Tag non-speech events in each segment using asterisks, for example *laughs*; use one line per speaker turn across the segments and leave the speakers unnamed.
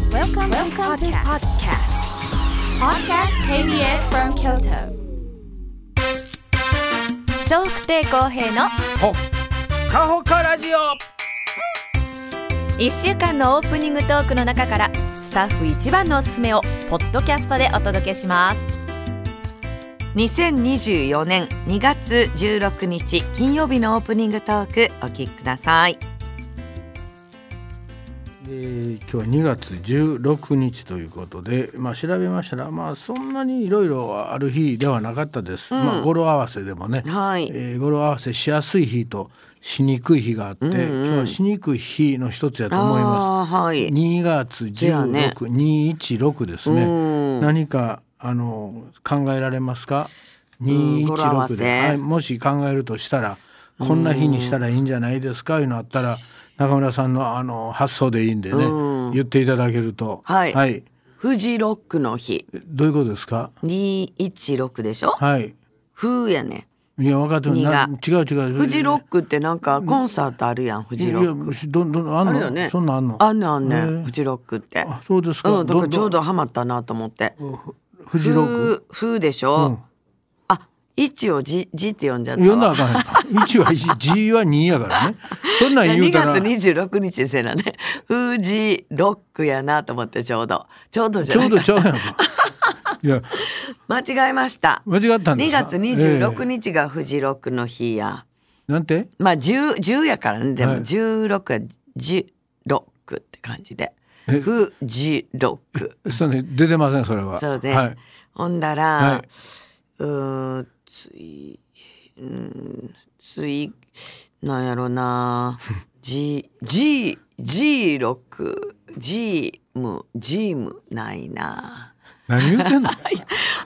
Welcome, to podcast.
Welcome to Podcast KBS from Kyoto.
笑福亭公平の
ほっかほかラジオ
1週間のオープニングトークの中からスタッフ一番のおすすめをポッドキャストでお届けします
2024年2月16日金曜日のオープニングトークお聞きください
えー今日は2月16日ということで、まあ、調べましたら、まあ、そんなにいろいろある日ではなかったです、まあ、語呂合わせでもね、
はい
えー語呂合わせしやすい日としにくい日があって、今日はしにくい日の一つやと思います。
あーはい
2月16、
ね
216ですね、何かあの考えられますか
ん語呂合わ
216
せ
で、はい、もし考えるとしたらこんな日にしたらいいんじゃないですかいうのあったら中村さんのあの発想でいいんでね言っていただけると
はいフジロックの日
どういうことですか
216でしょ
はい
風やね
いや分かってる
二
な
が
違う違う
フジロックってなんかコンサートあるやんフジロック
いやしどんどんあん
あ
の
るよね
そんなんあんの
あんねんあんね
へ
ん
え
フジロックって
あそうですか、
うんだからちょう
ど
どハマったなと思って
んフジロック
風風でしょあ一をじじって呼んじゃったわ
読んだらあかんやん1は1 G は2やから
*laughs*
ねそんなん言
2
うたら
月26日ですよね。 *laughs* フジロックやなと思ってちょうど。ちょうどじゃ
ちょ
な
う
いか
どちゃうやんかいや
間違えました。
間違ったんです
2
か
月26
え
日がフジロックの日や。
えなんて
まあ 10, 10やからね。で
はい
も16はジロックって感じで。
え
フジロック。
そうね出てませんそれは
そうね。
はい、
ほんだら、
はいう
ーん、つい、うーん、つい、なんやろな、じ、じ、じロック、じむ、じむないな。
何言ってんの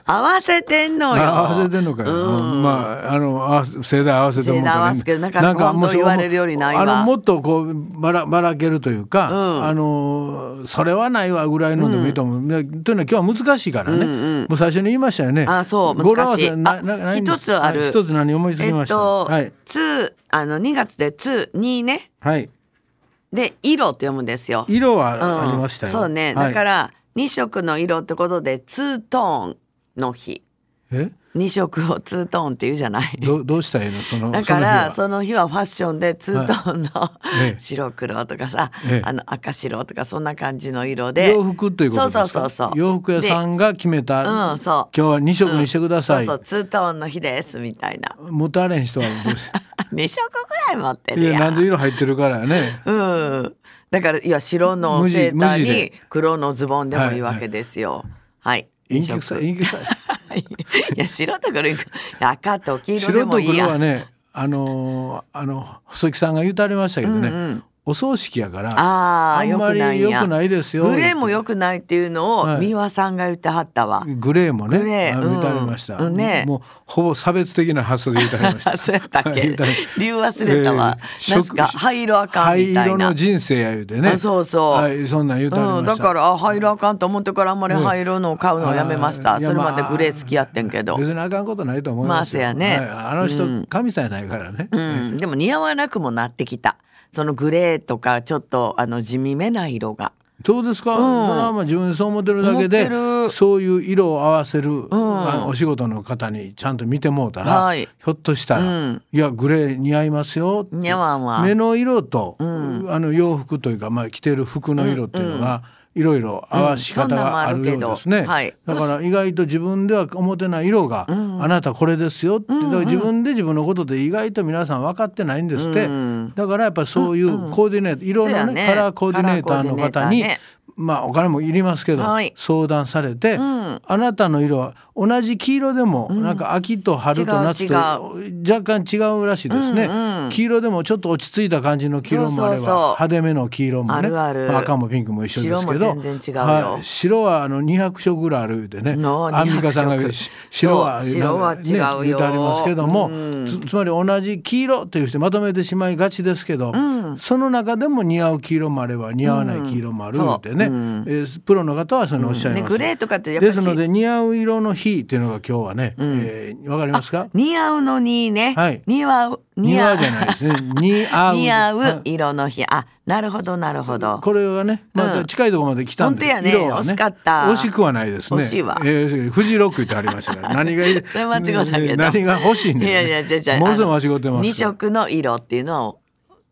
合わせてんのよ。
あ合わせてんのかよ、うんまああの合わせ世代合わせてもう
世代合わせてなんか今度
もう
言われるよりないわ
あのもっとこうばらばらけるというか、あのそれはないわぐらいのでもいいと思う、ねというのは今日は難しいからね、もう最初に言いましたよね
あそう
語呂合
難
わ
しい
せな
あ
なないんです
一つある
はい一つ何思いつ
え
きま
っ
した、
と、
はい
つ、あの、2月でつ、にね。
はい
で、色って読むんですよ。
色
うん
はありましたよ、
そうね。
はい
だから、2色の色ってことで、ツートーンの日。
え
2色をツートーンって言うじゃない。
どどうしたらいいのそ
*laughs*
の
だから
そ
そ
の
の日はファッションでツートーンの、
ええ
白黒とかさ、
ええ
あの赤白とかそんな感じの色
日は
で
洋服ということです
そ
か
うそうそうそう
洋服屋さ
で
んが決めた、
うんそう
今日は二色にしてください、
そうそうツートーンの日ですみたいな *laughs*
持たれん人はどうし
2色ぐらい持って
い
る
や
やん
なんで色入ってるからやね
うんだからいや白の
無地
セータ
無
ー
地で
に黒のズボンでも
はいい
いわけですよはい、
陰
二
気
色
臭い陰気臭い
*laughs* いや白と黒いく赤と黄色で
白
も
と
いい
黒
や
はねあのーあの細木さんが言うてありましたけどね、お葬式やから
ああ
んまり良くないですよ
グレーも良くないっていうのを、
はい
三輪さんが言ってはったわ
グレーもね
グレー
あ
うん
言うてありました、
うんね
もうほぼ差別的な発想で言うてありました
あ *laughs* そうやったっけ
*laughs* はい言うてあり
理由忘れたわなんすか
食
灰色あかんみたいな
灰色の人生や言うてね
あそうそう
はいそんなん言うてありま
う
し
ん、
た、
だからあ灰色あかんと思ってからあんまり灰色のを買うのをやめました、
あーい
それまでグレー好きやってんけど、
別にあかんことないと思いますよ
まあそうやね
はいあの人、神さんやないからね、
うん、でも似合わなくもなってきたそのグレーとかちょっとあの地味めな色が
そうですか、それはまあ自分でそう思ってるだけで
思ってる
そういう色を合わせる、あのお仕事の方にちゃんと見てもうたら、
はい
ひょっとしたら、いやグレー似合いますよって
似合わんわ
目の色と、あの洋服というか、まあ、着てる服の色っていうのが、いろいろ合わし方があるようですね、
うんそんなんもあるけどはい
だから意外と自分では思ってない色が、あなたこれですよってだから自分で自分のことで意外と皆さん分かってないんですって、だからやっぱそういうコーディネート、色
そう
の、
や
ね
ね
カラーコーディネーター
カラー
の
コ
方
ーディ
に、
ネーターね
まあお金もいりますけど、
はい
相談されて、あなたの色は同じ黄色でも、なんか秋と春と夏と
違う
若干違うらしいですね、黄色でもちょっと落ち着いた感じの黄色もあれば
そうそうそう
派手めの黄色もね
あるある
ま赤もピンクも一緒ですけど
白も全然違うよ
はい白はあの200色ぐらいあるでね
の
アンミカさんが言う
200色
し白は
そう白は違うよ
なんかね言うてありますけども、つつまり同じ黄色という人まとめてしまいがちですけど、その中でも似合う黄色もあれば似合わない黄色もあるってね、えープロの方はそのおっしゃいます、
ねグレーとかってやっぱ
で
り
すので似合う色の日キーっていうのが今日はね、えーわかりますか
似合うのにね。
はい
似合う。
似合うじゃないですね。似合う。
似合う
は
色の日。あ、なるほど、なるほど。
これはね、また近いところまで来たんで、
本当やね
色は
惜しかった
惜しくはないですね。
惜しいわ
えーフジロックってありましたから、
*laughs*
何がいい。
それ間違ったけど。
何が欲しいねん。
いやいや、じゃあじゃあ
もうすぐ間違って
あの
ます。
二色の色っていうのを、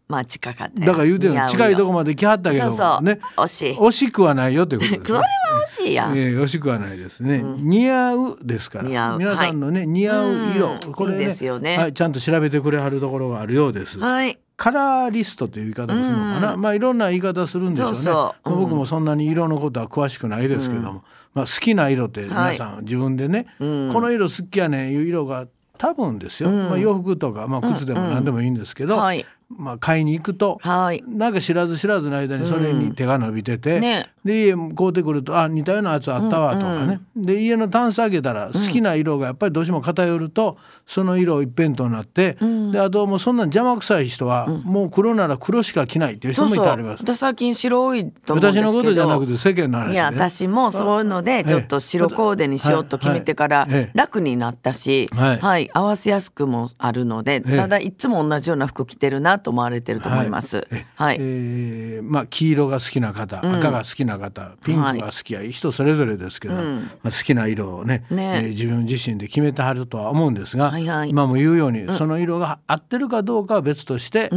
まあ近かったよ
だから言うてる
似合
の近いとこ
色
まで来はったけ
そ
ど
うそう。
ね
惜しい。
惜しくはないよというこ
*laughs*
とです、ね。
それは惜しいやん。
ええ惜しくはないですね。似合うですから。
似合う
皆さんのね、似合う色、
うん
これね
いいですよね
はい、ちゃんと調べてくれはるところがあるようです。
はい。
カラーリストという言い方をするのかな、まあいろんな言い方するんでしょうね
そうそううん
僕もそんなに色のことは詳しくないですけども、まあ好きな色って皆さん自分でね、この色好きやねんいう色が多分ですよ、まあ洋服とか、まあ、靴でも何でもいいんですけど、
はい
まあ、買いに行くと、
はい。
なんか知らず知らずの間にそれに手が伸びてて、
んね
で家買うてくるとあ似たようなやつあったわとかね、で家のタンス開けたら好きな色がやっぱりどうしても偏るとその色一辺倒になって、であともうそんなん邪魔くさい人は、もう黒なら黒しか着ないっていう
そう
人もい
そう。
たります。
私最近白多いと思うんです
私
けど。
のことじゃなくて世間の話で、ね、
いや私もそういうのでちょっと白コーデにしようと決めてから
はいはいはい
楽になったし、
は
はいい合わせやすくもあるので
ええ
ただいつも同じような服着てるなと思われてると思います。は
はい
い、
えーまあ、黄色が好きな方、赤が好きな方ピンクが好きや、人それぞれですけど、まあ、好きな色をね
ね
えー自分自身で決めてはるとは思うんですが、
はいはい
今も言うように、その色が合ってるかどうかは別として、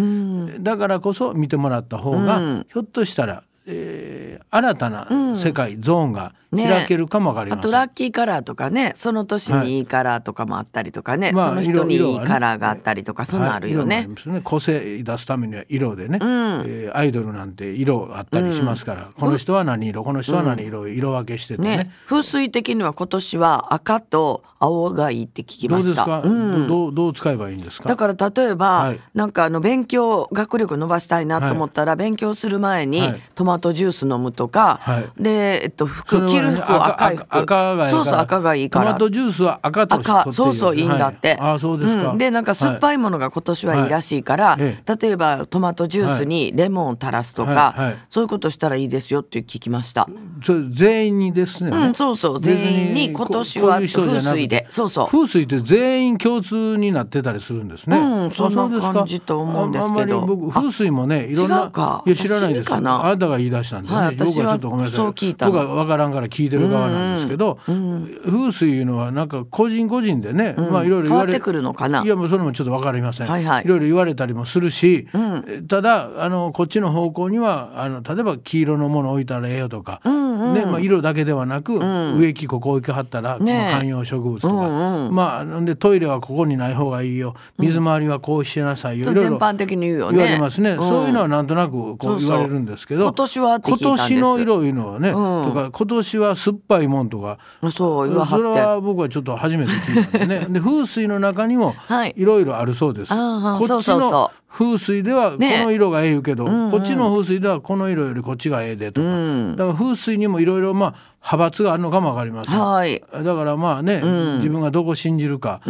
だからこそ見てもらった方が、ひょっとしたら、えー新たな世界、ゾーンが
ね
開けるかも分かり
あ
ませ
と
ん。
ラッキーカラーとかねその年にいいカラーとかもあったりとかね、
まあ
その人に
色
い
々はいね
カラーがあったりとか、そんなんあるよ
はい
ね
色もあり。ます個性出すためには色でね、えーアイドルなんて色あったりしますから、この人は何色この人は何色、色分けしててね
ね風水的には今年は赤と青がいいって聞き
どう
ま
です
した。
か、どうどう使えばいいんですか
だから例えば、
はい
なんかあの勉強学力伸ばしたいなと思ったら、勉強する前に
はい
トマトジュース飲むとか、
は
で、えっと、
それ
服
はね
着る服を赤い服
赤赤がいいか
そ
ら
うそう赤がいいから
トマトジュースは赤として取っ
赤
ていい
そうそういいんだって、
はいあそうですか、
うんでなんか酸っぱ
い、
いものが今年はいいらしいから、
はいえ
例えばトマトジュースにレモンを垂らすとか、
はいはい
そういうことしたらいいですよって聞きました、
それ全員にですね、
うんそうそう全員に今年は
別にここういう人じゃなく
風水
て
でそうそう
風水って全員共通になってたりするんですね、
うん
あ
そんな
うですか
感じと思うんですけど
ああんまり僕風水もねいろんな
違うか
いや知らないです
私
あ
かな
なたが言い出したんでね、
はい私は
僕はちょっとごめんなさい
そう聞いたの
僕は分からんから聞いてる側なんですけど、風水いうのはなんか個人個人でね、まあいろいろ言われ
変わってくるのかない
やもうそれもちょっと分かりません、
はいはい
ろいろ言われたりもするし、ただあのこっちの方向にはあの例えば黄色のもの置いたらええよとか、ねまあ、色だけではなく、植木ここ置きはったら、
ねえ
まあ観葉植物とか、まあなんでトイレはここにない方がいいよ水回りはこうしなさいよ、
そう
いろい
全
ろ
般的に言うよね
言われますね、
ん
そういうのはなんとなく
そ
こう
う
言
そう
われるんですけど
今年はって聞いたんです
今年の色いうのはね、とか今年は酸っぱいもんとか
そう言わは
そ
って
れは僕はちょっと初めて聞いたんで
*laughs*
ねで風水の中にも
はい
いろいろあるそうです、
あーあー
こ
そ
っ
う
ち
そう
の
そ
風水ではこ
ね
の色がええけど、こっちの風水ではこの色よりこっちがええでとか、だから風水にもいろいろまあ派閥があるのかもわかりません、
はい
だからまあね、自分がどこを信じるか、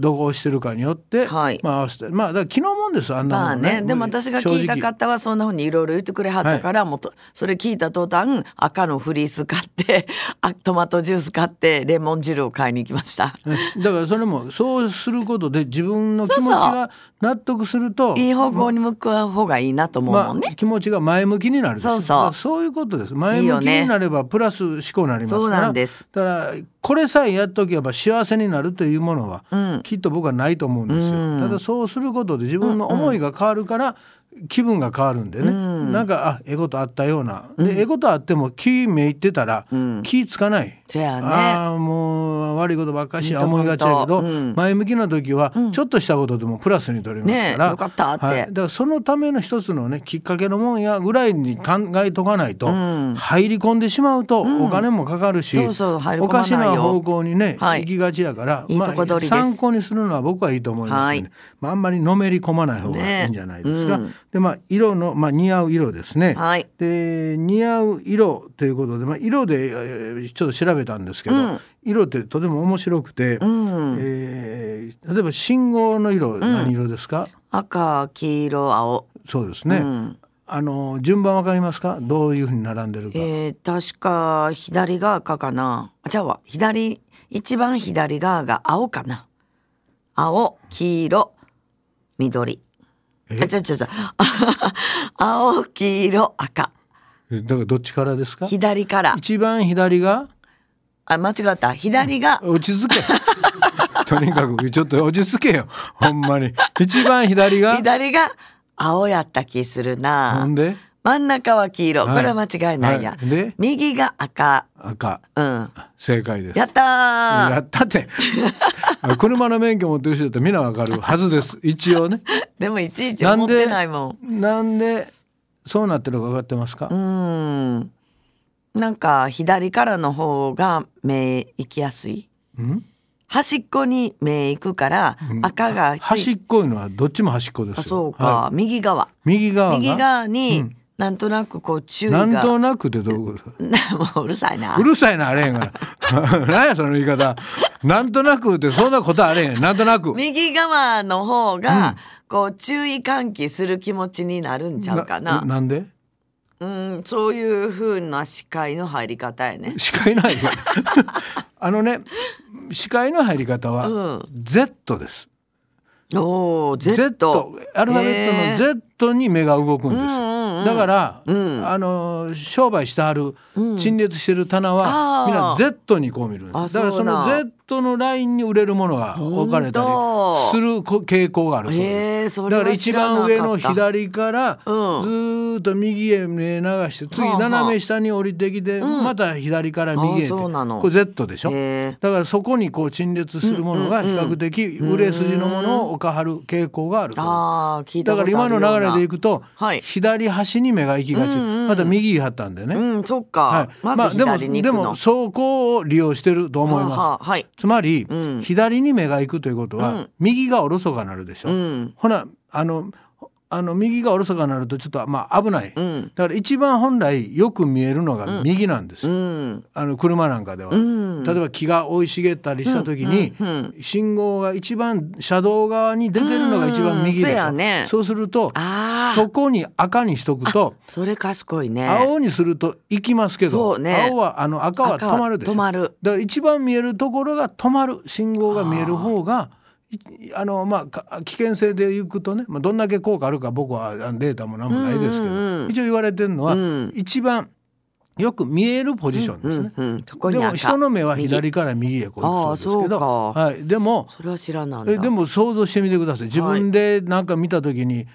どこをしてるかによって、
はい
まあ合わせてまあだから気のもんですあん
ま
な
あ
もんね,、
ね、でも私が聞いた
正直
方はそんなふうにいろいろ言ってくれはったから、もうとそれ聞いた途端赤のフリース買って *laughs* あトマトジュース買ってレモン汁を買いに行きました。
ねだからそれもそうすることで自分の気
そう
持ち
そう
が納得すると
いい方向に向く方がいいなと思うもん
まあ、
ね。
気持ちが前向きになるです
そうそう
だからそういうことです前
いい
向
よ
き
ね
になればプラス思考になりますから
そうなんです
だからこれさえやっとけば幸せになるというものは、きっと僕はないと思うんですよ、ただそうすることで自分の思いが変わるから気分が変わるんでね、なんかあええことあったようなで、ええことあっても気めいってたら、気つかない
そやね。
ああもう悪いことばっかし
ほんと
思いがちやけど、
ほんとう
前向きな時はちょっとしたことでもプラスに取りますから、
ねえよかったって
はいだからそのための一つのねきっかけのもんやぐらいに考えとかないと、入り込んでしまうとお金もかかるし、
そうそう入り
お
込ま
か
ない
し
よ
な方向にね、
はい
行きがちやから
いいとこ取りです
まあ、参考にするのは僕はいいと思いますん
は
で、
い
まあ、あんまりのめり込まない方がいいんじゃないですか。でまあ色の、まあ、似合う色ですね。
はい
で似合う色ということで、まあ、色で、えーちょっと調べたんですけど、色ってとても面白くて、えー例えば信号の色、何色ですか
赤、黄色、青。
そうですね、あの順番わかりますかどういうふうに並んでるか、
えー、確か左側かかなあじゃあわ左一番左側が青かな青黄色緑
え
あちょちょちょ *laughs* 青黄色赤
えだからどっちからですか
左から
一番左が
あ間違った左が
落ち着け *laughs* とにかくちょっと落ち着けよほんまに一番左が
左が青やった気する
ほ
なん
で
真ん中は黄色こ
はい
れは間違いないや
はいで
右が赤
赤
うん
正解です
やったー
やったって *laughs* 車の免許持ってる人だったらみんなわかるはずです一
*laughs*
応ね
でもいちいち
な
思
ん
って
で
ないも
なんでそうなってるか分かってますか、
んうんなんか左からの方が目行きやすい
うん
端っこに目行くから赤が
端
っ
っこいうのはどっちも端っこですよ
あそうか、
は
右側
い右側が
右側に、
うん
なんとなくこう注意が
なんとなくでどういうこと
*laughs* もううるさいな
うるさいなあれへんが *laughs* 何やその言い方なんとなくってそんなことあれへんなんとなく
右側の方が、こう注意喚起する気持ちになるんちゃうかな
なんで
うんそういう風な視界の入り方やね
視界の入り方 *laughs* あのね視界の入り方は Z です、
おお Z,
Z, アルファベットの Z に目が動くんですよ、だから、あの商売してある陳列してる棚
あー
は、みんな Z にこう見るん
あ
ですだから
そう
そ
だ
の Z のラインに売れるものが置かれたり
ほんと
するこ傾向があるそうです。
えー、それ
だから
は
一
知らなか
番
った
上の左からず
うん
ーっと右へ目流して次
はあはあ
斜め下に降りてきてまた左から右へって
あーそうなの
これ Z でしょ
へー
だからそこにこう陳列するものが比較的売れ筋のものを置かはる傾向があるそうです
ああ聞いた
だ
こ
か
とあ
ら
るよう
今
な
の流れでいくと、
はい
左端に目が行きがち、また右に張ったんでね、
うんそっか、
はい、
まず
でも
左に行
で
くの、
も走行を利用してると思います、
はあはあはい
つまり、
うん
左に目が行くということは、右がおろそかなるでしょ、
うん
ほなあのあの右がおろそかなるとちょっとまあ危ない、
うん
だから一番本来よく見えるのが右なんですよ、
うん
あの車なんかでは、
ん
例えば木が生い茂ったりした時に、
うん
信号が一番車道側に出てるのが一番右でし
うん
ょ、
そうやね
そうすると
あー
そこに赤にしとくと
それ賢いね
青にすると行きますけ
そ
ど、
うね
青はあの赤は止まるでしょ
赤は止まる
だから一番見えるところが止まる信号が見える方がいあのまあか危険性でいくとね、まあ、どんだけ効果あるか僕はあのデータも何もないですけ
う
ど、
んうんうん
一応言われてるのは、
うん
一番よく見えるポジションです
う
ね。
んうんそこに
で
赤
も人の目は左から右へこう行くそうですけど、
ああそうか
はい、でも
それは知らなんだ
えでも想像してみてください自分でなんか見た時に、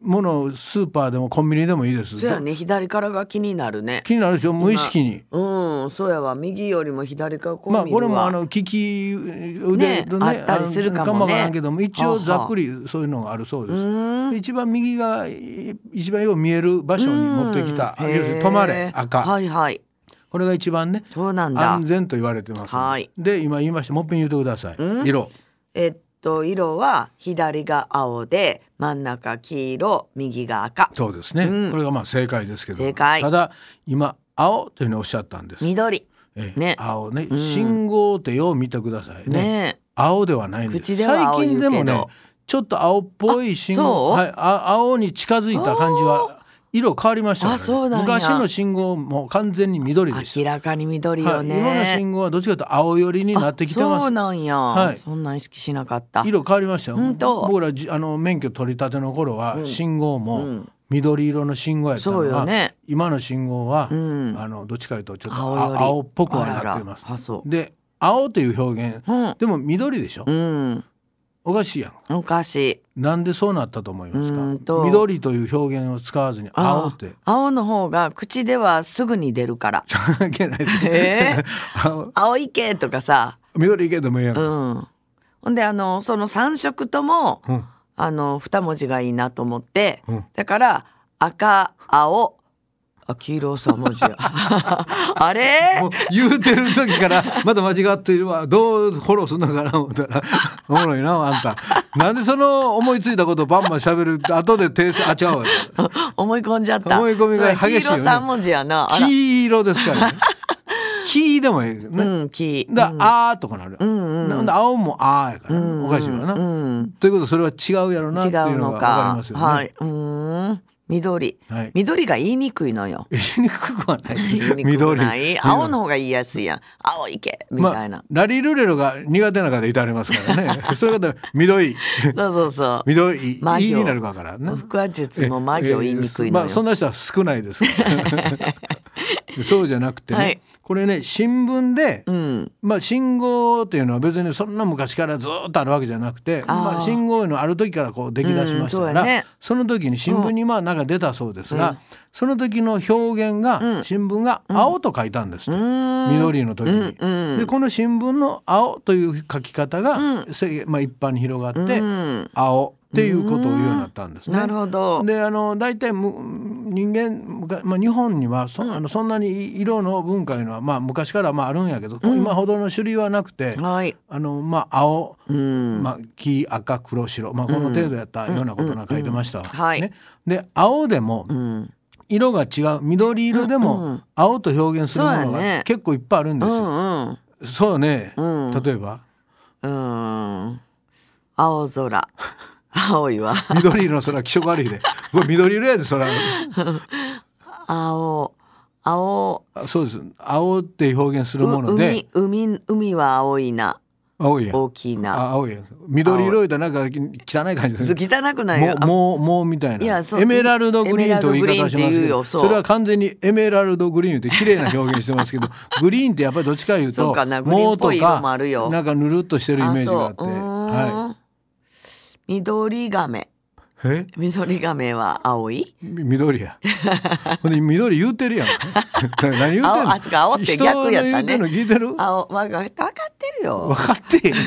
ものをスーパーでもコンビニでもいいです
そうやね左からが気になるね
気になるでしょ無意識に。
うんそうやわ右よりも左からこう見るわ
まあ、これもあの利き腕とね
ねあったりするかもね
あのわからんけども一応ざっくりそういうのがあるそうです。で一番右がい一番よく見える場所に持ってきた
う
要
ん
するに止まれ
へー
赤、
はいはい
これが一番ね
そうなんだ
安全と言われてますので、
はい
で今言いましたもう一遍言ってください、色
えっと色は左が青で真ん中黄色右が赤
そうですね、これがまあ正解ですけど
正解
ただ今青というふうにおっしゃったんです、
緑
ええ
ね
青ね、信号ってよう見てくださいね
ね
青ではないんです
口では青
最
言うけ
近
ど
でもねちょっと青っぽい信号
あそう
はい、あ青に近づいた感じは色変わりましたから、ね、
あそうなんや
昔の信号も完全に緑でした
明らかに緑
は
よ
い、
ね、
今の信号はどっちかというと青寄りになってきて
あそ
ま
う
す
なんや、
はい
そんなん意識しなかった
色変わりましたよ
本当
僕らじあの免許取り立ての頃は信号も緑色の信号やったの
そうよ
が、
ね
今の信号は、
ん
あのどっちかというとちょっと
青より
青青っぽくはなってま
あららあ
す
そう
で青という表現、
うん
でも緑でしょ、
うん
おかしいやん
おかしい
なんでそうなったと思いま
うーん
す
と
か緑という表現を使わずに
あー
青って
青の方が口ではすぐに出るから
関係ないです
えー
*laughs* 青
青いけとかさ
緑いけどもええやん、
うんほんであのその3色とも、
うん
あの二文字がいいなと思って、
うん
だから赤青あ黄色3文
*laughs*
字やあれ
もう言うてる時からまた間違っているわどうフォローすんのかな思ったら *laughs* おもろいなあんたなんでその思いついたことバンバン喋る後で訂正あちゃうわ
思い込んじゃった
思い込みが激しいよ
そう
ね
黄色3文字やなあら
黄色ですからね黄でもええけどね、
うん黄
だから、あーとかなる、なんで青もあーやからね、おかしいわな、ということはそれは違うやろなっていうのが分かりますよね、
はい。うーん。緑、
はい
緑が言いにくいのよ
言いにくくはない
言いにくく
緑
ない青の方が言いやすいやん青いけみたいな、
まあ、ラリールレロが苦手な方いたりますから
*laughs*
ねそういう方緑
そうそうそう
緑い
魔行
いになるからね
腹話術も魔行言いにくい
ええ
の
まあ
よ、
そんな人は少ないですから
*laughs*
そうじゃなくてね、
はい
これね新聞で、
うん
まあ、信号っていうのは別にそんな昔からずっとあるわけじゃなくてまあ、信号いうのはある時からこう出来出しました
うんそう
か
や
ら、
ね
その時に新聞にまあなんか出たそうですが、その時の表現が新聞が「青」と書いたんですって、緑の時に。でこの新聞の「青」という書き方が、せまあ、一般に広がって「青」っていうことを言うようになったんですね。
なるほど
であの大体む人間むかまあ、日本にはそ,、あのそんなに色の文化いうのは、まあ、昔からまああるんやけど、今ほどの種類はなくて、
はい
あのまあ、青、まあ、黄赤黒白、まあ、この程度やったようなことが書いてましたわ、
うんうんはい
ね、で青でも色が違う緑色でも青と表現するも
そ
の
うやね
が結構いっぱいあるんで
う
すよ。
んうん
そうね、
ん
例えば
うん青空 *laughs* 青いわ
緑色
*laughs*
の空気色悪いでうわ緑色やで空
青青
あそうです青って表現す
う
るもので
海海海は青いな
青いやん
大きいな
あ青いやん緑色いだなんかき汚い感じで
ず
すね
汚くない
も
よ
うもうもうみたいない
やそう
エメラルドグリーンという言い方し
エメラルドグリーンって言
ますけ
うよ
ど
そ
そうれは完全にエメラルドグリーンって綺麗な表現し
*laughs*
てますけどグリーンってやっぱりどっちかいう
そう
と
かなグリーンっぽい
と
色もあるよ
なんかぬるっとしてるイメージがあって
そううーん
は
緑亀
いえ
緑亀は青い
み緑
*laughs*
やほんで緑言うてるやん *laughs* 何言うてん
青
の
あ違う青って逆やったね
人の言うてるの聞いてる
青わか分かってるよ
分かってへんよ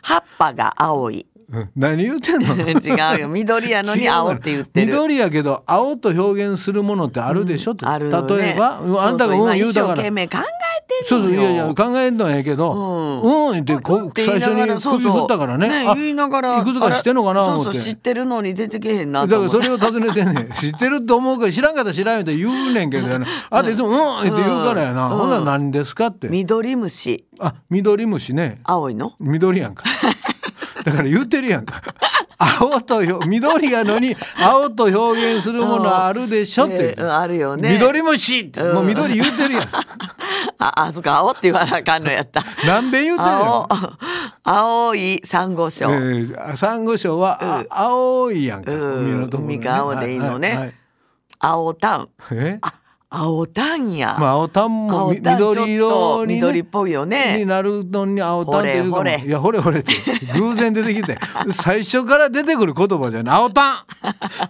葉っぱが青
*laughs*
い
うん何言うて
*laughs*
んの
違うよ緑やのに青って言ってる
緑やけど青と表現するものってあるでしょって、
あるよね
例えば、う
そ
ん
うそう
あんたがうん
今
言うた
一生
から
懸命考えて
そ
ん
う
の
そうい
よ
やいや考えんのはええけどうん、ってこう
って言
最
い
初
ながら
に
そう
首
そう
振ったからねあ
言いながら
いくつか知ってんのかな
あら
思って
そうそう知ってるのに出てけへんな
だ
と
か
思っ
ら
て
それを尋ねてんね *laughs* ん知ってると思うから知らんかったら知らんよって言うねんけどやなあんたいつも「うん」って言うからやな、ほんなら何ですかって
緑虫
あ緑虫ね
青いの
緑やんかだから言うてるやんか青とよ緑やのに青と表現するものあるでしょって言う
えーうんあるよね
緑虫って、もう緑言うてるやん
*laughs* ああそっか青って言わなあかんのやった
何べ *laughs* ん言うてるやん
青青い珊瑚礁、
えー、サンゴ礁は、あ青いやんか、
うん
海のところ、ね、
海が青でいいのね
はははい
青タン
え
青タンや、
まあ青タンもみ
青タン
緑色に、ね、
ちょっと緑っぽいよね
になるのに青タンっていうか
ほれほれ
いやほれほれって偶然出てきて最初から出てくる言葉じゃない青タン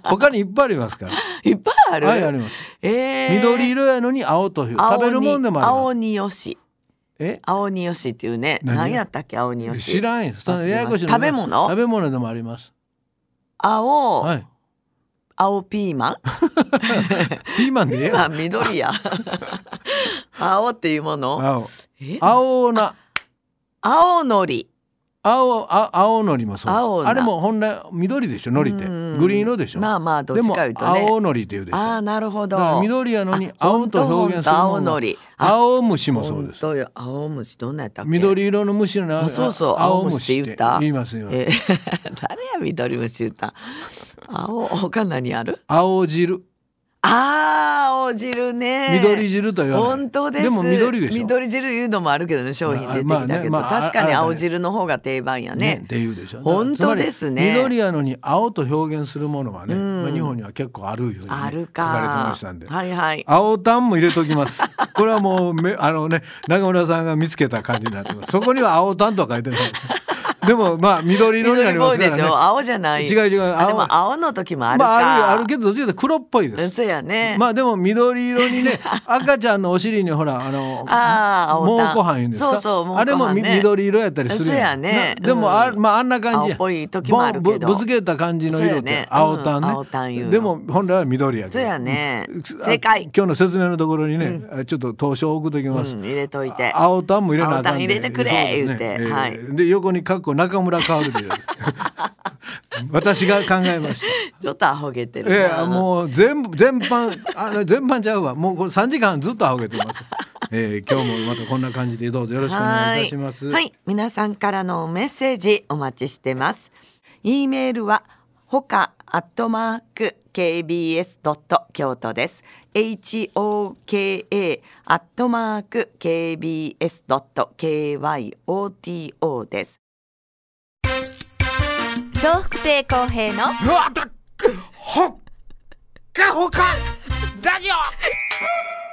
他にいっぱいありますから
いっぱいある、
はいあります
えー
緑色やのに青という食べるもんでもある
青によし
え
青によしっていうね
何
何やったっけ青によし
知らんよそのややこしいの
食べ物
食べ物でもあります
青、
はい
青ピーマン
ピーマンでええ
あ
やん
緑や *laughs* 青っていうもの
青
え
青な
青のり
青あ青のりもそう
青
です
な
あれも本来緑でしょのりって
うん
グリーン色でしょ
まあまあどっちかいうとね
でも青のりっていうでしょ
ああなるほ
だから
ど
緑やのに
あ
青と表現する
ほ
も
んとほんと青
の
のりあ
青虫もそうです
す青虫どんなやったっけ
緑色の虫の
あ
中
そうそう
青
青虫
虫っ
って言
て
った
言いますよ
え *laughs* ー誰や緑虫言った青他何ある
青汁
あー青汁ね
緑汁と言わない
本当です
でも緑でしょ
緑汁いうのもあるけどね商品出てきたけど、
まあねまあ
確かに
あ
青汁の方が定番やね
っていうでしょ
本当
だからつまり
ですね
緑やのに青と表現するものはねまあ日本には結構あるようにね
ある
書かれて
か
ましたんで
はいはい
青タンも入れときます。 *laughs* これはもうめあのね中村さんが見つけた感じになってます。そこには青タンとは書いて
*laughs*
ない。でもまあ緑色に
緑っ
なりま
ぽい
す
でし
か
ょ
らね。
青じゃない
違う違う
あでも
青
青の時もあるか、
まああるあるけどどっちかというと黒っぽいです。
そうやね、
まあでも緑色
*laughs*
にね赤ちゃんのお尻にほらあの
あー青タン
蒙古斑言うんですか
そうそう蒙
あ
古
れも
斑ね
み緑色やったりする
そう
や
や
ん
ね
なでもあ,、
うん
まああんな感じや
青っぽい時もあるけど
ぼぶぶつけた感じの色っ
そうやね
て青タンね,、
うん青タン言うの
でも本来は緑やけど
そうやね、
あ
正解
今日の説明のところにね、あちょっと投書を送っときます、
うん入れといて
あ青タンも入れなあかんで
青タン入れてくれ
そうです
言うてはい
で横にかっこ中村
*laughs*
薫で私が考えました
ちょっとアホげてるな
ええもう全部全般 *laughs* あの全般ちゃうわもうこれ3時間ずっと仰げてます、ええ今日もまたこんな感じでどうぞよろしくお願いいたします
はい、はい皆さんからのメッセージお待ちしてます。e メールはほかアットマーク KBS ドット京都です。H O K A アットマーク KBS ドット K Y O T O です。
笑福亭公平の
うわだっほっかほかラジオ